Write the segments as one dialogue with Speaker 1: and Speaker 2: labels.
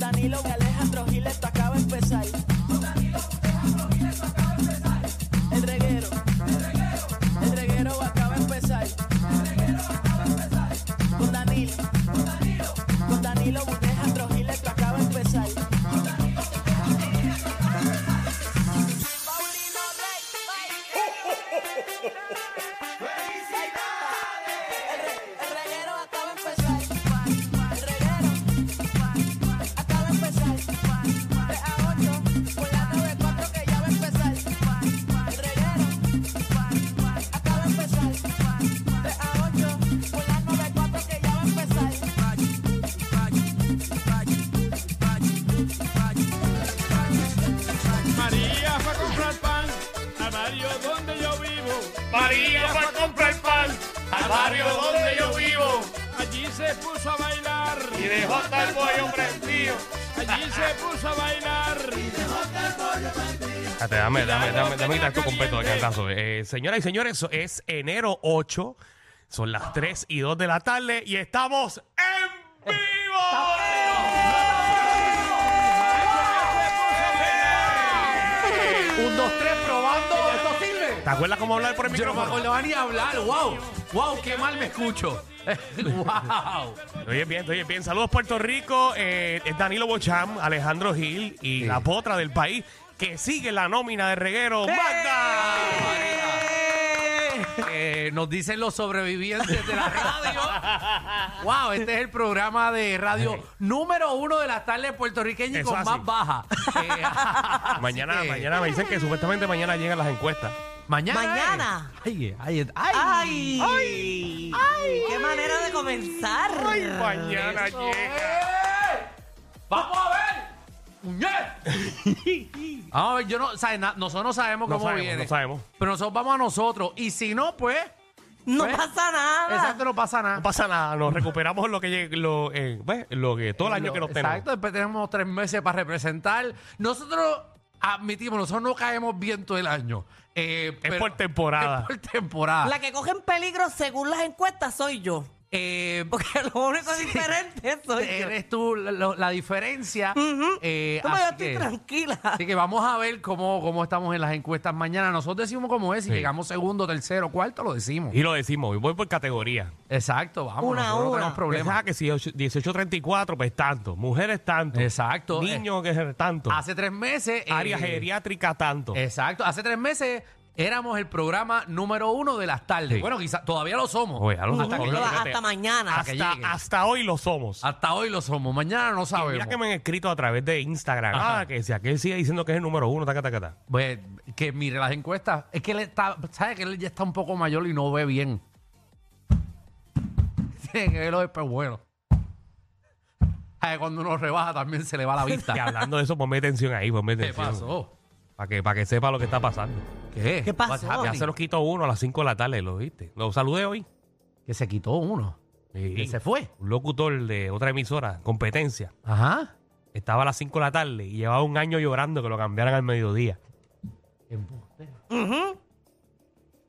Speaker 1: Danilo que Alejandro Gil esto acaba de empezar. El reguero, el reguero acaba de empezar. Con Danilo, con Danilo que Alejandro Gil esto acaba de empezar. Paulino Rey, el reguero acaba de empezar. El reguero acaba de empezar. 3 a 8, con la 9-4 que ya va a empezar. El reguero acaba de empezar. 3 a 8, con la 9-4 que ya va a empezar.
Speaker 2: María fue a comprar pan al barrio donde yo vivo.
Speaker 3: María va a comprar pan al barrio donde yo vivo
Speaker 2: Allí se puso a bailar.
Speaker 3: y dejó hasta el pollo prendido.
Speaker 2: Allí se puso a bailar.
Speaker 4: Espérate, Dame, dame, dame, dame el acto completo de cantazo. Eh, señoras y señores, eso es enero 8. Son las 3 y 2 de la tarde y estamos en vivo. Un, dos, tres, probando.
Speaker 5: ¿Esto sirve?
Speaker 4: ¿Te acuerdas cómo hablar por el
Speaker 5: Yo no me
Speaker 4: micrófono?
Speaker 5: acordaba ni hablar. ¡Wow! ¡Wow! ¡Qué mal me escucho! ¡Wow!
Speaker 4: Oye, bien, oye, bien. Saludos, Puerto Rico. Eh, es Danilo Bocham, Alejandro Gil y la potra del país que sigue la nómina de reguero. ¡Magda!
Speaker 5: Eh, nos dicen los sobrevivientes de la radio. ¡Wow! Este es el programa de radio número uno de las tardes puertorriqueñas y
Speaker 4: Eso
Speaker 5: con
Speaker 4: así.
Speaker 5: más baja. Eh, así
Speaker 4: Mañana,
Speaker 5: que-
Speaker 4: mañana me dicen que supuestamente mañana llegan las encuestas.
Speaker 5: Mañana. eh.
Speaker 6: Mañana.
Speaker 5: Ay, ay, ay.
Speaker 6: ¡Ay! ¡Ay! ¡Qué manera de comenzar!
Speaker 5: pues,
Speaker 4: mañana
Speaker 5: ¡Vamos a ver! ¡Muñe! Vamos a ver, yo no, o sea, na- nosotros no sabemos
Speaker 4: No
Speaker 5: cómo
Speaker 4: sabemos,
Speaker 5: viene.
Speaker 4: no sabemos.
Speaker 5: Pero nosotros vamos a nosotros. Y si no, pues,
Speaker 6: No
Speaker 5: ¿Eh?
Speaker 6: pasa nada.
Speaker 5: exacto, no pasa nada.
Speaker 4: No pasa nada, nos recuperamos lo que llegue- lo, eh, pues, lo que todo el año que nos tenemos.
Speaker 5: Exacto, después tenemos tres meses para representar. Nosotros admitimos, nosotros no caemos bien todo el año. Eh, pero-
Speaker 4: por temporada.
Speaker 5: Es por temporada.
Speaker 6: La que coge en peligro según las encuestas soy yo.
Speaker 5: Eh,
Speaker 6: Porque lo único diferente soy yo.
Speaker 5: eres tú la, la- la diferencia.
Speaker 6: Ujú.
Speaker 5: Eh,
Speaker 6: Toma,
Speaker 5: así
Speaker 6: yo estoy
Speaker 5: que-
Speaker 6: tranquila.
Speaker 5: Así que vamos a ver cómo, cómo estamos en las encuestas mañana. Nosotros decimos cómo es, si
Speaker 4: Sí.
Speaker 5: llegamos segundo, tercero, cuarto, lo decimos.
Speaker 4: Y lo decimos, y voy por categoría.
Speaker 5: Exacto, vamos.
Speaker 6: Una
Speaker 5: nosotros No
Speaker 6: hora.
Speaker 5: tenemos problema.
Speaker 4: Pensaba que si 1834, pues tanto. Mujeres tanto.
Speaker 5: Exacto. Eh,
Speaker 4: Niños que tanto.
Speaker 5: Hace tres meses. eh,
Speaker 4: Área geriátrica tanto.
Speaker 5: Exacto. Hace tres meses éramos el programa número uno de las tardes.
Speaker 4: Sí.
Speaker 5: Bueno, quizás todavía lo somos.
Speaker 4: Oye, a lo
Speaker 5: hasta,
Speaker 4: mejor-
Speaker 5: que-
Speaker 6: Todas
Speaker 4: fíjate.
Speaker 6: hasta mañana.
Speaker 5: que
Speaker 4: hasta,
Speaker 5: llegue.
Speaker 4: hasta hoy lo somos.
Speaker 5: hasta hoy lo somos. Mañana no
Speaker 4: Y
Speaker 5: sabemos.
Speaker 4: Mira que me han escrito a través de Instagram.
Speaker 5: Ajá.
Speaker 4: Ah, que si aquel sigue diciendo que es el número uno, taca, taca, taca.
Speaker 5: Pues, que mire las encuestas. Es que él está, ¿sabes? Que él ya está un poco mayor y no ve bien. Tiene que ver los espejuelos. ¿Sabes? pues, Cuando uno rebaja también se le va la
Speaker 4: Y
Speaker 5: vista.
Speaker 4: hablando de eso, ponme atención ahí, ponme
Speaker 5: ¿Qué
Speaker 4: atención.
Speaker 5: pasó?
Speaker 4: Para que, para que sepa lo que está pasando.
Speaker 5: ¿Qué?
Speaker 6: ¿Qué pasó?
Speaker 5: What's
Speaker 4: Ya
Speaker 5: happening?
Speaker 4: se los quito uno a las 5 de la tarde, ¿lo viste? Lo saludé hoy.
Speaker 5: Que se quitó uno. Que se fue.
Speaker 4: Un locutor de otra emisora, competencia.
Speaker 5: Ajá.
Speaker 4: Estaba a las 5 de la tarde y llevaba un año llorando que lo cambiaran al mediodía.
Speaker 5: Embuste.
Speaker 6: Ujú.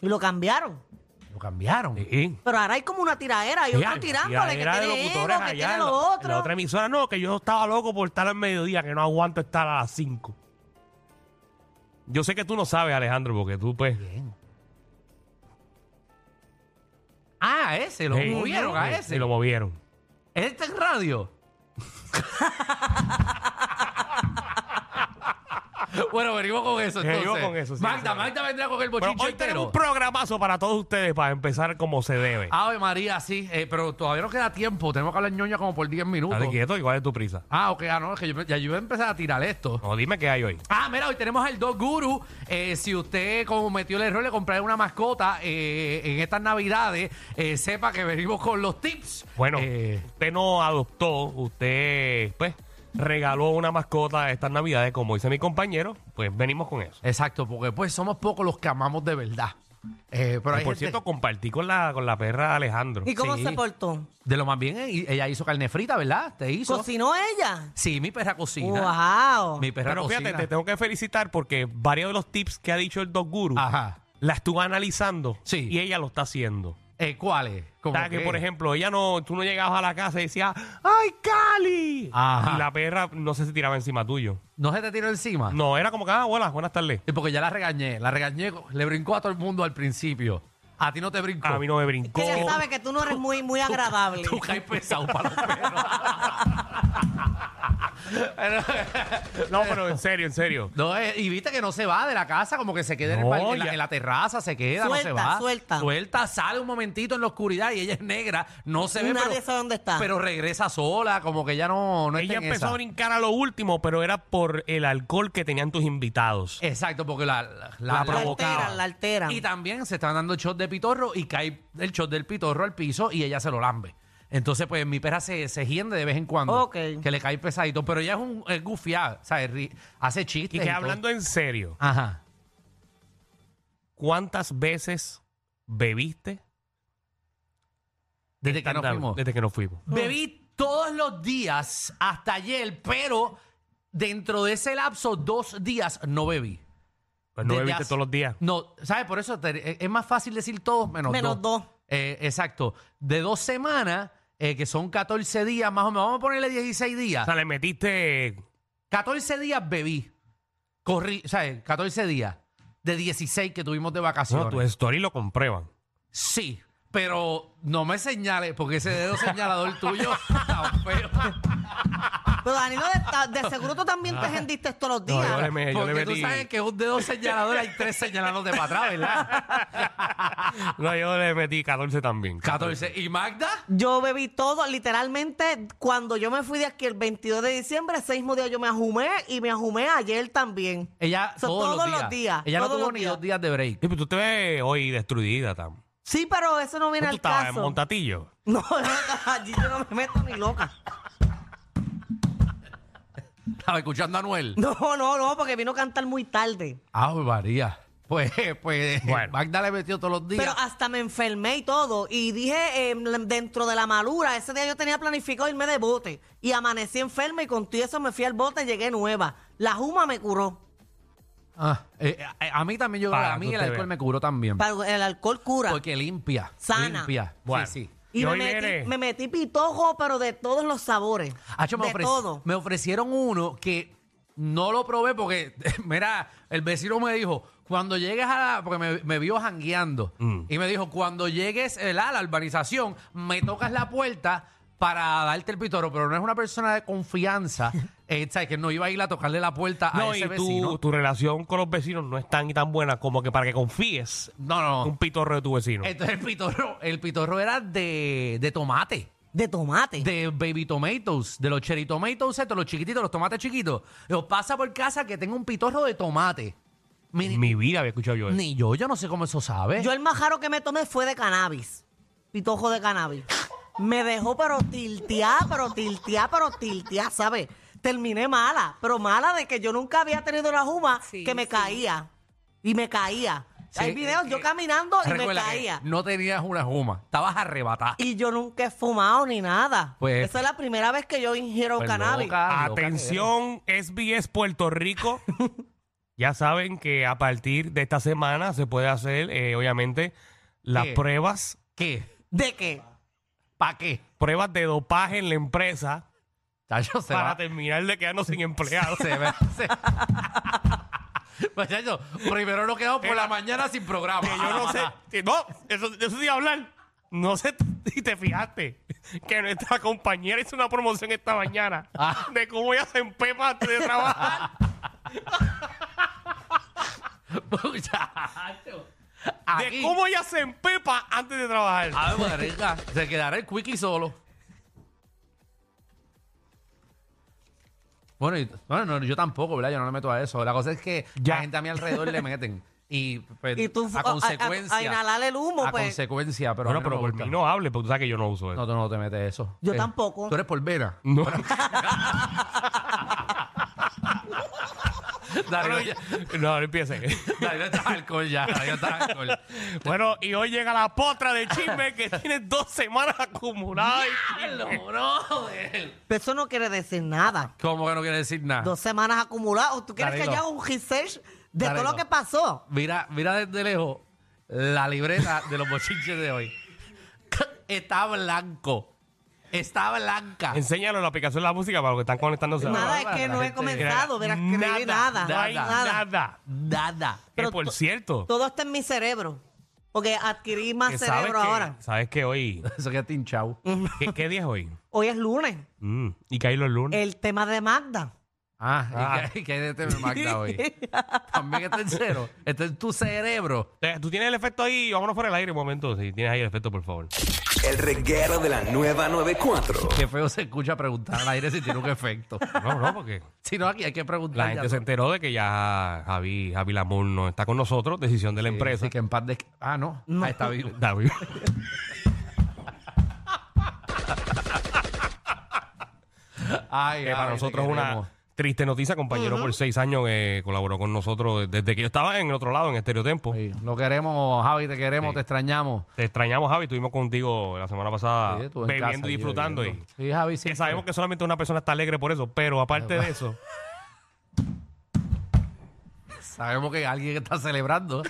Speaker 6: Y lo cambiaron.
Speaker 5: Lo cambiaron.
Speaker 4: Sí.
Speaker 6: Pero ahora hay como una tiraera. Hay
Speaker 4: Y
Speaker 6: otro
Speaker 4: al-
Speaker 6: tirándole
Speaker 4: y
Speaker 6: que
Speaker 4: era de
Speaker 6: tiene
Speaker 4: locutores
Speaker 6: esto, que
Speaker 4: allá
Speaker 6: tiene
Speaker 4: en
Speaker 6: lo
Speaker 4: la- en la
Speaker 6: otro.
Speaker 4: otra emisora, no, que yo estaba loco por estar al mediodía, que no aguanto estar a las 5. Yo sé que tú no sabes, Alejandro, porque tú, pues.
Speaker 5: Bien. Ah, ese, lo
Speaker 4: Sí,
Speaker 5: movieron a
Speaker 4: sí,
Speaker 5: ese.
Speaker 4: sí, lo movieron.
Speaker 5: Este es radio. bueno, venimos con eso
Speaker 4: Venimos
Speaker 5: entonces.
Speaker 4: con eso, sí,
Speaker 5: Magda,
Speaker 4: sí.
Speaker 5: Magda vendrá con el
Speaker 4: Bueno,
Speaker 5: bochincho
Speaker 4: hoy tenemos
Speaker 5: entero.
Speaker 4: un programazo para todos ustedes para empezar como se debe.
Speaker 5: Ave María, sí, eh, pero todavía nos queda tiempo. Tenemos que hablar ñoña como por 10 minutos.
Speaker 4: Estate quieto, igual es tu prisa.
Speaker 5: Ah, ok, ah, no, es que yo, ya yo iba a empezar a tirar esto.
Speaker 4: No, dime qué hay hoy.
Speaker 5: Ah, mira, hoy tenemos al Dog Guru. Eh, si usted cometió el error de comprar una mascota eh, en estas navidades, eh, sepa que venimos con los tips.
Speaker 4: Bueno,
Speaker 5: Eh,
Speaker 4: usted no adoptó, usted pues regaló una mascota estas navidades, como dice mi compañero, pues venimos con eso.
Speaker 5: exacto, porque pues somos pocos los que amamos de verdad. Eh, pero
Speaker 4: Y
Speaker 5: hay
Speaker 4: por
Speaker 5: gente-
Speaker 4: cierto, compartí con la, con la perra de Alejandro.
Speaker 6: ¿Y cómo
Speaker 5: Sí.
Speaker 6: se portó?
Speaker 5: de lo más bien, eh, y- ella hizo carne frita, ¿verdad? ¿Te hizo?
Speaker 6: ¿Cocinó ella?
Speaker 5: Sí, mi perra
Speaker 6: Uh,
Speaker 5: cocina.
Speaker 6: ¡Wow!
Speaker 5: Mi perra
Speaker 4: Pero fíjate,
Speaker 5: cocina.
Speaker 4: te tengo que felicitar porque varios de los tips que ha dicho el Doc Guru
Speaker 5: Ajá.
Speaker 4: la estuvo analizando
Speaker 5: Sí.
Speaker 4: y ella lo está haciendo.
Speaker 5: Eh, ¿Cuáles? ¿Cómo
Speaker 4: sea, que,
Speaker 5: qué?
Speaker 4: por ejemplo, ella no, tú no llegabas a la casa y decías, ¡ay, Cali!
Speaker 5: Ajá.
Speaker 4: Y la perra no se tiraba encima tuyo.
Speaker 5: ¿No se te tiró encima?
Speaker 4: No, era como que, ah, hola, buenas tardes.
Speaker 5: Sí, porque ya la regañé, la regañé, le brincó a todo el mundo al principio. A ti no te brincó.
Speaker 4: A mí no me brincó.
Speaker 6: Que ya sabe que tú no eres muy, muy agradable.
Speaker 5: Tú caes pesado para los perros.
Speaker 4: No, pero en serio, en serio.
Speaker 5: No, eh, y viste que no se va de la casa, como que se queda en, el
Speaker 4: No,
Speaker 5: parque, en, la,
Speaker 4: ya.
Speaker 5: en la terraza, se queda,
Speaker 6: Suelta,
Speaker 5: no se va.
Speaker 6: suelta.
Speaker 5: Suelta, sale un momentito en la oscuridad y ella es negra, no se ve.
Speaker 6: Nadie
Speaker 5: pero,
Speaker 6: sabe dónde está.
Speaker 5: Pero regresa sola, como que ya no, no está
Speaker 4: Ella
Speaker 5: en
Speaker 4: empezó
Speaker 5: esa.
Speaker 4: a brincar a lo último, pero era por el alcohol que tenían tus invitados.
Speaker 5: Exacto, porque la, la, la-
Speaker 4: La
Speaker 6: la
Speaker 4: provocaba.
Speaker 6: alteran, la alteran.
Speaker 5: Y también se están dando shots de pitorro y cae el shot del pitorro al piso y ella se lo lambe. Entonces, pues mi perra se, se hiende de vez en cuando.
Speaker 6: Ok.
Speaker 5: Que le cae pesadito. Pero ella es un es gufiada, o sea, es ri- hace chistes.
Speaker 4: Y que
Speaker 5: todo.
Speaker 4: hablando en serio,
Speaker 5: Ajá.
Speaker 4: ¿cuántas veces bebiste?
Speaker 5: Desde que nos
Speaker 4: Tanta-
Speaker 5: fuimos.
Speaker 4: Desde que nos fuimos.
Speaker 5: Bebí todos los días hasta ayer, pero dentro de ese lapso, dos días no bebí.
Speaker 4: Pues no
Speaker 5: Desde
Speaker 4: bebiste
Speaker 5: hace-
Speaker 4: todos los días.
Speaker 5: No, ¿sabes? Por eso te- eh, es- es más fácil decir todos menos,
Speaker 6: Menos
Speaker 5: dos.
Speaker 6: dos.
Speaker 5: Eh, exacto. De dos semanas, eh, que son 14 días más o menos, vamos a ponerle 16
Speaker 4: O
Speaker 5: días.
Speaker 4: sea, le metiste
Speaker 5: 14 días bebí. Corrí, ¿sabes? 14 días. De 16 que tuvimos de vacaciones.
Speaker 4: No, tu story lo comprueban.
Speaker 5: Sí, pero no me señales, porque ese dedo señalador tuyo está feo.
Speaker 6: Pero Danilo, de, ta- de seguro tú también te gendiste todos los días.
Speaker 4: yo le me- yo le
Speaker 5: Porque tú
Speaker 4: metí-
Speaker 5: sabes que un dedo señalador hay tres señalándote para atrás, ¿verdad?
Speaker 4: No, yo le metí 14 también.
Speaker 5: 14. ¿Y Magda?
Speaker 6: Yo bebí todo, literalmente, cuando yo me fui de aquí el 22 de diciembre, ese mismo día yo me ajumé y me ajumé ayer también.
Speaker 5: Ella
Speaker 6: So,
Speaker 5: todos, los, días. Ella no
Speaker 6: todos
Speaker 5: tuvo
Speaker 6: los
Speaker 5: ni
Speaker 6: días.
Speaker 5: dos días de break.
Speaker 4: Sí, pero tú te ves hoy destruida, Tam.
Speaker 6: Sí, pero eso no viene
Speaker 4: ¿Dónde
Speaker 6: al
Speaker 4: tú estabas? ¿En
Speaker 6: caso.
Speaker 4: Montatillo?
Speaker 6: No, allí yo no me meto ni loca.
Speaker 5: Estaba escuchando a Anuel.
Speaker 6: No, no, no, porque vino a cantar muy tarde.
Speaker 5: Ah, María. Pues, pues,
Speaker 4: Bueno.
Speaker 5: Magda le metió todos los días.
Speaker 6: Pero ah. hasta me enfermé y todo. Y dije, eh, dentro de la malura, ese día yo tenía planificado irme de bote. Y amanecí enferma y con todo eso me fui al bote y llegué nueva. La juma me curó.
Speaker 5: Ah, eh, eh, a mí también yo creo-
Speaker 4: Para
Speaker 5: a mí
Speaker 4: que
Speaker 5: el
Speaker 4: usted
Speaker 5: alcohol
Speaker 4: vea.
Speaker 5: me curó también.
Speaker 6: Para- El alcohol cura.
Speaker 5: Porque limpia.
Speaker 6: Sana.
Speaker 5: Limpia.
Speaker 4: Bueno.
Speaker 5: Sí, sí.
Speaker 6: Y,
Speaker 4: Y
Speaker 6: me,
Speaker 4: hoy viene-
Speaker 6: metí, me metí pitojo, pero de todos los sabores.
Speaker 5: Hacho, Ah, me,
Speaker 6: de
Speaker 5: ofre-
Speaker 6: todo.
Speaker 5: me ofrecieron uno que no lo probé porque, mira, el vecino me dijo, cuando llegues a la, porque me, me vio jangueando,
Speaker 4: Mm.
Speaker 5: y me dijo, cuando llegues eh, la- a la urbanización, me tocas la puerta para darte el pitoro, pero no es una persona de confianza, eh, ¿sabes? que no iba a ir a tocarle la puerta a
Speaker 4: No,
Speaker 5: ese
Speaker 4: y
Speaker 5: vecino.
Speaker 4: tu, tu relación con los vecinos no es tan y tan buena como que para que confíes
Speaker 5: No, no, Eh,
Speaker 4: un
Speaker 5: no.
Speaker 4: pitorro de tu vecino.
Speaker 5: Entonces el pitorro, el pitorro era de, de tomate.
Speaker 6: De tomate.
Speaker 5: de baby tomatoes, de los cherry tomatoes, estos, los chiquititos, los tomates chiquitos. Los pasa por casa que tengo un pitorro de tomate. Mi-
Speaker 4: En mi vida había escuchado yo eso.
Speaker 5: ni yo, yo no sé cómo eso sabe.
Speaker 6: Yo el majaro que me tomé fue de cannabis. Pitojo de cannabis. Me dejó pero tilteá, pero tilteá, pero tilteá, ¿sabes? Terminé mala, pero mala de que yo nunca había tenido una juma
Speaker 7: Sí,
Speaker 6: que me
Speaker 7: sí.
Speaker 6: caía. Y me caía.
Speaker 5: Sí,
Speaker 6: Hay videos
Speaker 5: es
Speaker 6: yo
Speaker 5: que-
Speaker 6: caminando y me
Speaker 5: Recuerda que
Speaker 6: caía.
Speaker 5: No tenías una juma, estabas arrebatada.
Speaker 6: Y yo nunca he fumado ni nada.
Speaker 5: Pues-
Speaker 6: Esa es la primera vez que yo ingiero
Speaker 5: Pues
Speaker 6: cannabis.
Speaker 5: loca. Ah, loca que
Speaker 4: Atención, SBS Puerto Rico. ya saben que a partir de esta semana se puede hacer, eh, obviamente, las
Speaker 5: ¿Qué?
Speaker 4: pruebas,
Speaker 5: ¿Qué?
Speaker 6: ¿De qué?
Speaker 5: ¿Para qué?
Speaker 4: pruebas de dopaje en la empresa
Speaker 5: Chacho, se
Speaker 4: para
Speaker 5: va-
Speaker 4: terminar de quedarnos sin empleados.
Speaker 5: se ve- se- Pues, chacho, primero nos quedamos por
Speaker 4: Era-
Speaker 5: la mañana sin programa.
Speaker 4: que yo no sé. que No, eso, de eso sí hablar. No sé si te fijaste que nuestra compañera hizo una promoción esta mañana
Speaker 5: Ah.
Speaker 4: de cómo ella se empepa antes de trabajar.
Speaker 5: Muchacho.
Speaker 4: De
Speaker 5: Aquí. Ah,
Speaker 4: cómo ella se empepa antes de trabajar.
Speaker 5: Ay, marica, se quedará el quickie solo. Bueno, y- bueno, no, yo tampoco, ¿verdad? Yo no le meto a eso. La cosa es que
Speaker 4: Ya.
Speaker 5: la gente a mi alrededor le meten. Y, pues,
Speaker 6: Y tú fu-
Speaker 5: a
Speaker 6: a- a-
Speaker 5: consecuencia.
Speaker 6: a inhalar el humo,
Speaker 5: a
Speaker 6: pues.
Speaker 5: consecuencia, pero. a
Speaker 4: bueno,
Speaker 5: mí no
Speaker 4: pero
Speaker 5: me
Speaker 4: por
Speaker 5: gusta.
Speaker 4: mí no hable, porque tú sabes que yo no uso
Speaker 5: No,
Speaker 4: eso.
Speaker 5: tú no te metes eso.
Speaker 6: Yo
Speaker 5: Eh,
Speaker 6: tampoco.
Speaker 5: Tú eres por vera.
Speaker 4: No.
Speaker 5: Darío, ya,
Speaker 4: No, no empiece.
Speaker 5: Darío está alcohol ya. Darío está alcohol.
Speaker 4: bueno, y hoy llega la potra de chisme que tiene dos semanas acumuladas.
Speaker 5: ¡Diablo, brother!
Speaker 6: Pero eso no quiere decir nada.
Speaker 5: ¿Cómo que no quiere decir nada?
Speaker 6: Dos semanas acumuladas. ¿Tú quieres que
Speaker 5: Danilo.
Speaker 6: haya un research de todo
Speaker 5: Danilo.
Speaker 6: lo que pasó?
Speaker 5: Mira, mira desde lejos la libreta de los bochinches de hoy. está blanco. Está blanca.
Speaker 4: Enséñalo la aplicación de la música para los que están conectándose.
Speaker 6: Nada,
Speaker 4: ahora.
Speaker 6: es que no he
Speaker 5: gente-
Speaker 6: comenzado, verás que no hay nada.
Speaker 4: No hay
Speaker 6: nada.
Speaker 4: nada.
Speaker 5: Nada.
Speaker 4: Que
Speaker 6: Pero
Speaker 4: por
Speaker 6: to-
Speaker 4: cierto,
Speaker 6: Todo está en mi cerebro. Porque adquirí más
Speaker 4: que sabes
Speaker 6: cerebro
Speaker 4: que,
Speaker 6: ahora.
Speaker 4: sabes que hoy,
Speaker 5: Eso que es tinchao.
Speaker 4: ¿qué, qué día es hoy?
Speaker 6: Hoy es lunes.
Speaker 4: Mm, y caí los lunes.
Speaker 6: El tema de Magda.
Speaker 5: Ah,
Speaker 4: Ah.
Speaker 5: y que- y que este me marca hoy. También está en cero. Está en tu cerebro.
Speaker 4: Eh, Tú tienes el efecto ahí, vámonos fuera del aire un momento. Si tienes ahí el efecto, por favor.
Speaker 7: El reguero de la nueva 94.
Speaker 5: Qué feo se escucha preguntar al aire si tiene un efecto.
Speaker 4: No, no, porque
Speaker 5: Si no, aquí hay que preguntar. ya
Speaker 4: la gente se
Speaker 5: todo.
Speaker 4: enteró de que ya Javi, Javi Lamour no está con nosotros, decisión de la empresa.
Speaker 5: Así que en paz de... Ah, no. Ah, está vivo.
Speaker 4: David.
Speaker 5: Ay,
Speaker 4: que para
Speaker 5: ay, te
Speaker 4: nosotros es
Speaker 5: queremos.
Speaker 4: una triste noticia. Compañero por seis años que colaboró con nosotros desde que yo estaba en el otro lado, en Estereotempo.
Speaker 5: Sí, Lo queremos, Javi, te queremos, te extrañamos.
Speaker 4: Te extrañamos, Javi. Estuvimos contigo la semana pasada
Speaker 5: Sí, tú en casa
Speaker 4: Ah, bebiendo y
Speaker 5: allí,
Speaker 4: disfrutando.
Speaker 5: bebiendo.
Speaker 4: Y
Speaker 5: Sí, Javi, sí.
Speaker 4: que sabemos que solamente una persona está alegre por eso, pero aparte de eso,
Speaker 5: Sabemos que alguien está celebrando.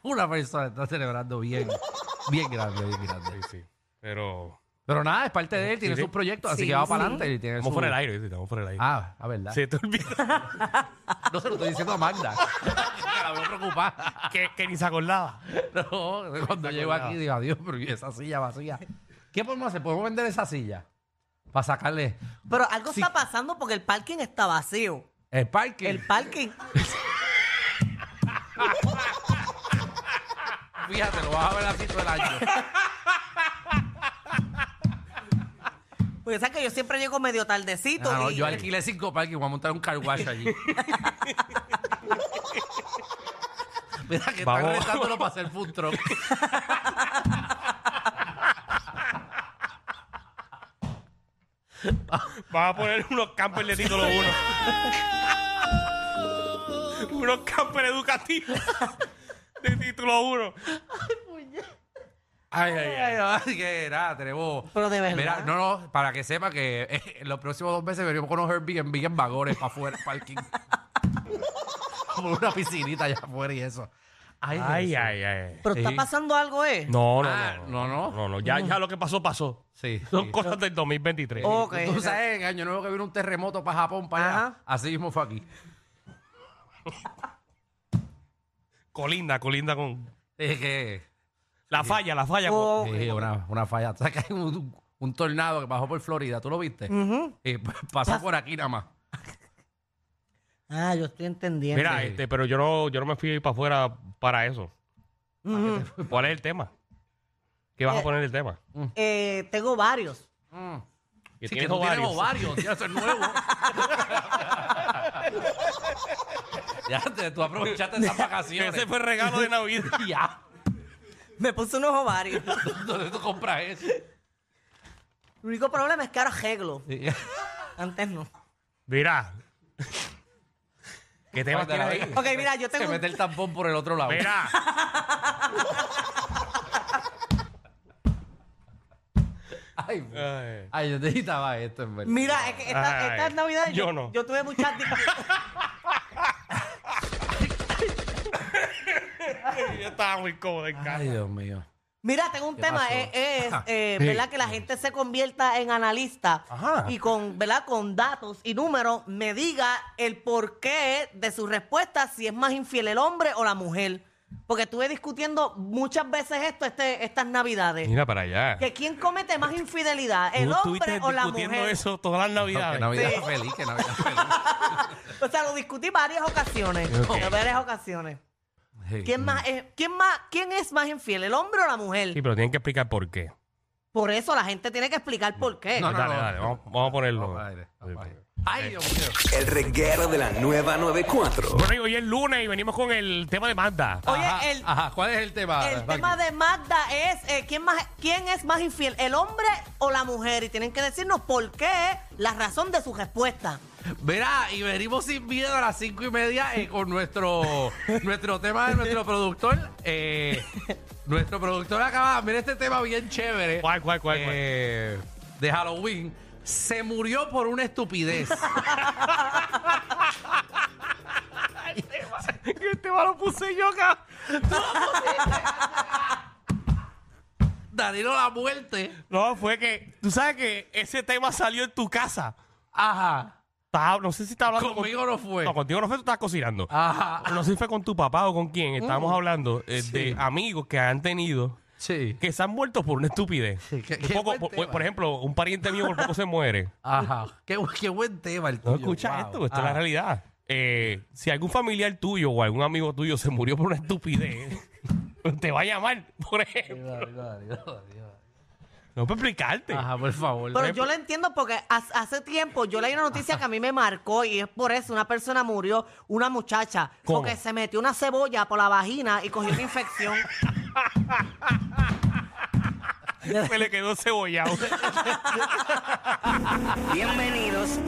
Speaker 5: Una persona está celebrando bien, bien grande, bien grande.
Speaker 4: pero
Speaker 5: Pero nada, es parte de él, tiene
Speaker 4: Sí, sí.
Speaker 5: sus proyectos, así
Speaker 6: Sí,
Speaker 5: que va
Speaker 6: sí.
Speaker 5: para adelante. Y tiene
Speaker 4: estamos
Speaker 5: su-
Speaker 4: fuera del aire, ¿viste? estamos fuera del aire.
Speaker 5: Ah, la verdad.
Speaker 4: Se te olvidó
Speaker 5: No se lo estoy diciendo a Magda. que la veo preocupada.
Speaker 4: que, que ni se acordaba.
Speaker 5: No, cuando llego aquí digo, adiós, pero ¿y esa silla vacía. ¿Qué podemos hacer? ¿Podemos vender esa silla? Para sacarle
Speaker 6: Pero algo
Speaker 5: Sí.
Speaker 6: está pasando porque el parking está vacío.
Speaker 5: el parque.
Speaker 6: El parking.
Speaker 5: Fíjate, lo vas a ver así todo el año.
Speaker 6: Porque sabes que yo siempre llego medio tardecito.
Speaker 5: Ah, no,
Speaker 6: y-
Speaker 5: yo alquilé cinco parques y voy a montar un car wash allí. Mira que
Speaker 4: Vamos.
Speaker 5: están retándolo para hacer food truck.
Speaker 4: Vas a poner unos campers de título uno. unos campers educativos de título uno.
Speaker 5: Ay, ay, ay, ay, que nada, tenemos.
Speaker 6: Pero de verdad.
Speaker 5: Mira, no, no, para que sepa que eh, en los próximos dos meses venimos con unos Airbnb en vagones para afuera, parking. Como una piscinita allá afuera y eso. Ay,
Speaker 4: Ay,
Speaker 5: Jesús.
Speaker 4: ay, ay.
Speaker 6: Pero está pasando algo, ¿eh?
Speaker 4: No, no,
Speaker 5: Ah, no,
Speaker 4: no,
Speaker 5: no.
Speaker 4: no, no, ya, ya lo que pasó, pasó.
Speaker 5: Sí.
Speaker 4: Son
Speaker 5: sí.
Speaker 4: cosas del 2023.
Speaker 6: Ok.
Speaker 5: Tú sabes, en Año Nuevo que vino un terremoto para Japón, para allá.
Speaker 6: Ajá.
Speaker 5: Así mismo fue aquí.
Speaker 4: Colinda, colinda con.
Speaker 5: Es que.
Speaker 4: La falla, la falla. con-
Speaker 6: Oh,
Speaker 5: Sí, una, una falla. ¿Tú sabes que hay un, un tornado que pasó por Florida? ¿Tú lo viste? Y p- pasó por aquí nada más.
Speaker 6: Ah, yo estoy entendiendo.
Speaker 4: Mira, este, pero yo no, yo no me fui para afuera para eso. ¿Cuál es el tema? ¿Qué vas a
Speaker 6: Eh,
Speaker 4: poner el tema?
Speaker 6: Eh, tengo varios.
Speaker 4: Que
Speaker 5: Sí,
Speaker 4: tienes
Speaker 5: que tú tienes
Speaker 4: ovarios.
Speaker 5: ovarios. Tienes eso es nuevo. ya, te, tú aprovechaste esas vacaciones.
Speaker 4: Ese fue el regalo de Navidad.
Speaker 5: Ya.
Speaker 6: Me puse unos ovarios.
Speaker 5: ¿Dónde tú compras eso?
Speaker 6: El único problema es que ahora arreglo. Antes no.
Speaker 4: Mira. ¿Qué tema tienes ahí?
Speaker 6: Ok, mira, yo tengo
Speaker 5: Se
Speaker 6: un-
Speaker 5: mete el tampón por el otro lado.
Speaker 4: Mira.
Speaker 5: Ay,
Speaker 4: Ay.
Speaker 5: ay, yo necesitaba esto, en verdad.
Speaker 6: Mira, es que esta,
Speaker 4: Ay,
Speaker 6: esta Navidad yo,
Speaker 4: yo no.
Speaker 6: yo tuve muchas dis-
Speaker 4: Yo estaba muy cómodo en casa.
Speaker 5: Ay, Dios mío.
Speaker 6: Mira, tengo un tema,
Speaker 5: pasó?
Speaker 6: eh, es,
Speaker 5: Ajá.
Speaker 6: eh,
Speaker 4: Sí.
Speaker 6: ¿verdad? Que la gente se convierta en analista
Speaker 4: Ajá.
Speaker 6: y con, ¿verdad? Con datos y números me diga el porqué de su respuesta, si es más infiel el hombre o la mujer. Porque estuve discutiendo muchas veces esto este, estas Navidades.
Speaker 4: Mira para allá.
Speaker 6: Que quién comete más infidelidad, el
Speaker 4: Tú
Speaker 6: hombre o la
Speaker 4: discutiendo
Speaker 6: mujer.
Speaker 4: eso todas las
Speaker 5: No, que
Speaker 4: navidades.
Speaker 5: Navidad
Speaker 6: Sí.
Speaker 5: feliz, que Navidad feliz.
Speaker 6: O sea, lo discutí varias ocasiones, en varias ocasiones.
Speaker 5: Sí.
Speaker 6: ¿Quién más es, quién más, quién es más infiel, el hombre o la mujer?
Speaker 4: Sí, pero tienen que explicar por qué.
Speaker 6: Por eso la gente tiene que explicar por qué.
Speaker 5: No, no,
Speaker 4: dale,
Speaker 5: no.
Speaker 4: dale, vamos, vamos a ponerlo.
Speaker 5: Vamos al aire, vamos al aire. Ay, Dios mío.
Speaker 7: El reguero de la nueva 94.
Speaker 4: Bueno, y hoy es lunes y venimos con el tema de Magda.
Speaker 6: Oye,
Speaker 5: Ajá,
Speaker 6: el,
Speaker 5: ajá, ¿cuál es el tema?
Speaker 6: el tema de Magda es eh, ¿quién, más, quién es más infiel, el hombre o la mujer. Y tienen que decirnos por qué, la razón de su respuesta.
Speaker 5: Verá, y venimos sin miedo a las cinco y media eh, con nuestro, nuestro tema de nuestro productor. eh, nuestro productor acaba, mira este tema bien chévere.
Speaker 4: ¿Cuál, cuál, cuál, cuál?
Speaker 5: eh, De Halloween. Se murió por una estupidez.
Speaker 4: el tema lo Este puse yo acá.
Speaker 5: Danilo La Muerte.
Speaker 4: No, fue que, tú sabes que ese tema salió en tu casa.
Speaker 5: Ajá.
Speaker 4: Estaba- no sé si estaba hablando con-
Speaker 5: Conmigo no fue. Ah.
Speaker 4: No, contigo no fue, tú estabas cocinando.
Speaker 5: Ajá.
Speaker 4: No sé si fue con tu papá o con quién.
Speaker 5: Mm.
Speaker 4: Estábamos hablando eh, de amigos que han tenido
Speaker 5: Sí.
Speaker 4: que se han muerto por una estupidez.
Speaker 5: Sí, qué-
Speaker 4: Un
Speaker 5: qué
Speaker 4: poco-
Speaker 5: buen
Speaker 4: por,
Speaker 5: tema.
Speaker 4: por ejemplo, un pariente mío por poco se muere.
Speaker 5: Ajá. Qué, bu- qué buen tema el
Speaker 4: No
Speaker 5: tuyo.
Speaker 4: escucha
Speaker 5: wow.
Speaker 4: esto, esto es
Speaker 5: Ah.
Speaker 4: la realidad. Eh, si algún familiar tuyo o algún amigo tuyo se murió por una estupidez, te va a llamar, por ejemplo. No para explicarte.
Speaker 5: Ajá, por favor.
Speaker 6: Pero yo la entiendo porque ha- hace tiempo yo leí una noticia que a mí me marcó y es por eso una persona murió, una muchacha,
Speaker 4: ¿Cómo?
Speaker 6: porque se metió una cebolla por la vagina y cogió una infección.
Speaker 4: Se le quedó cebollado.
Speaker 1: Bienvenidos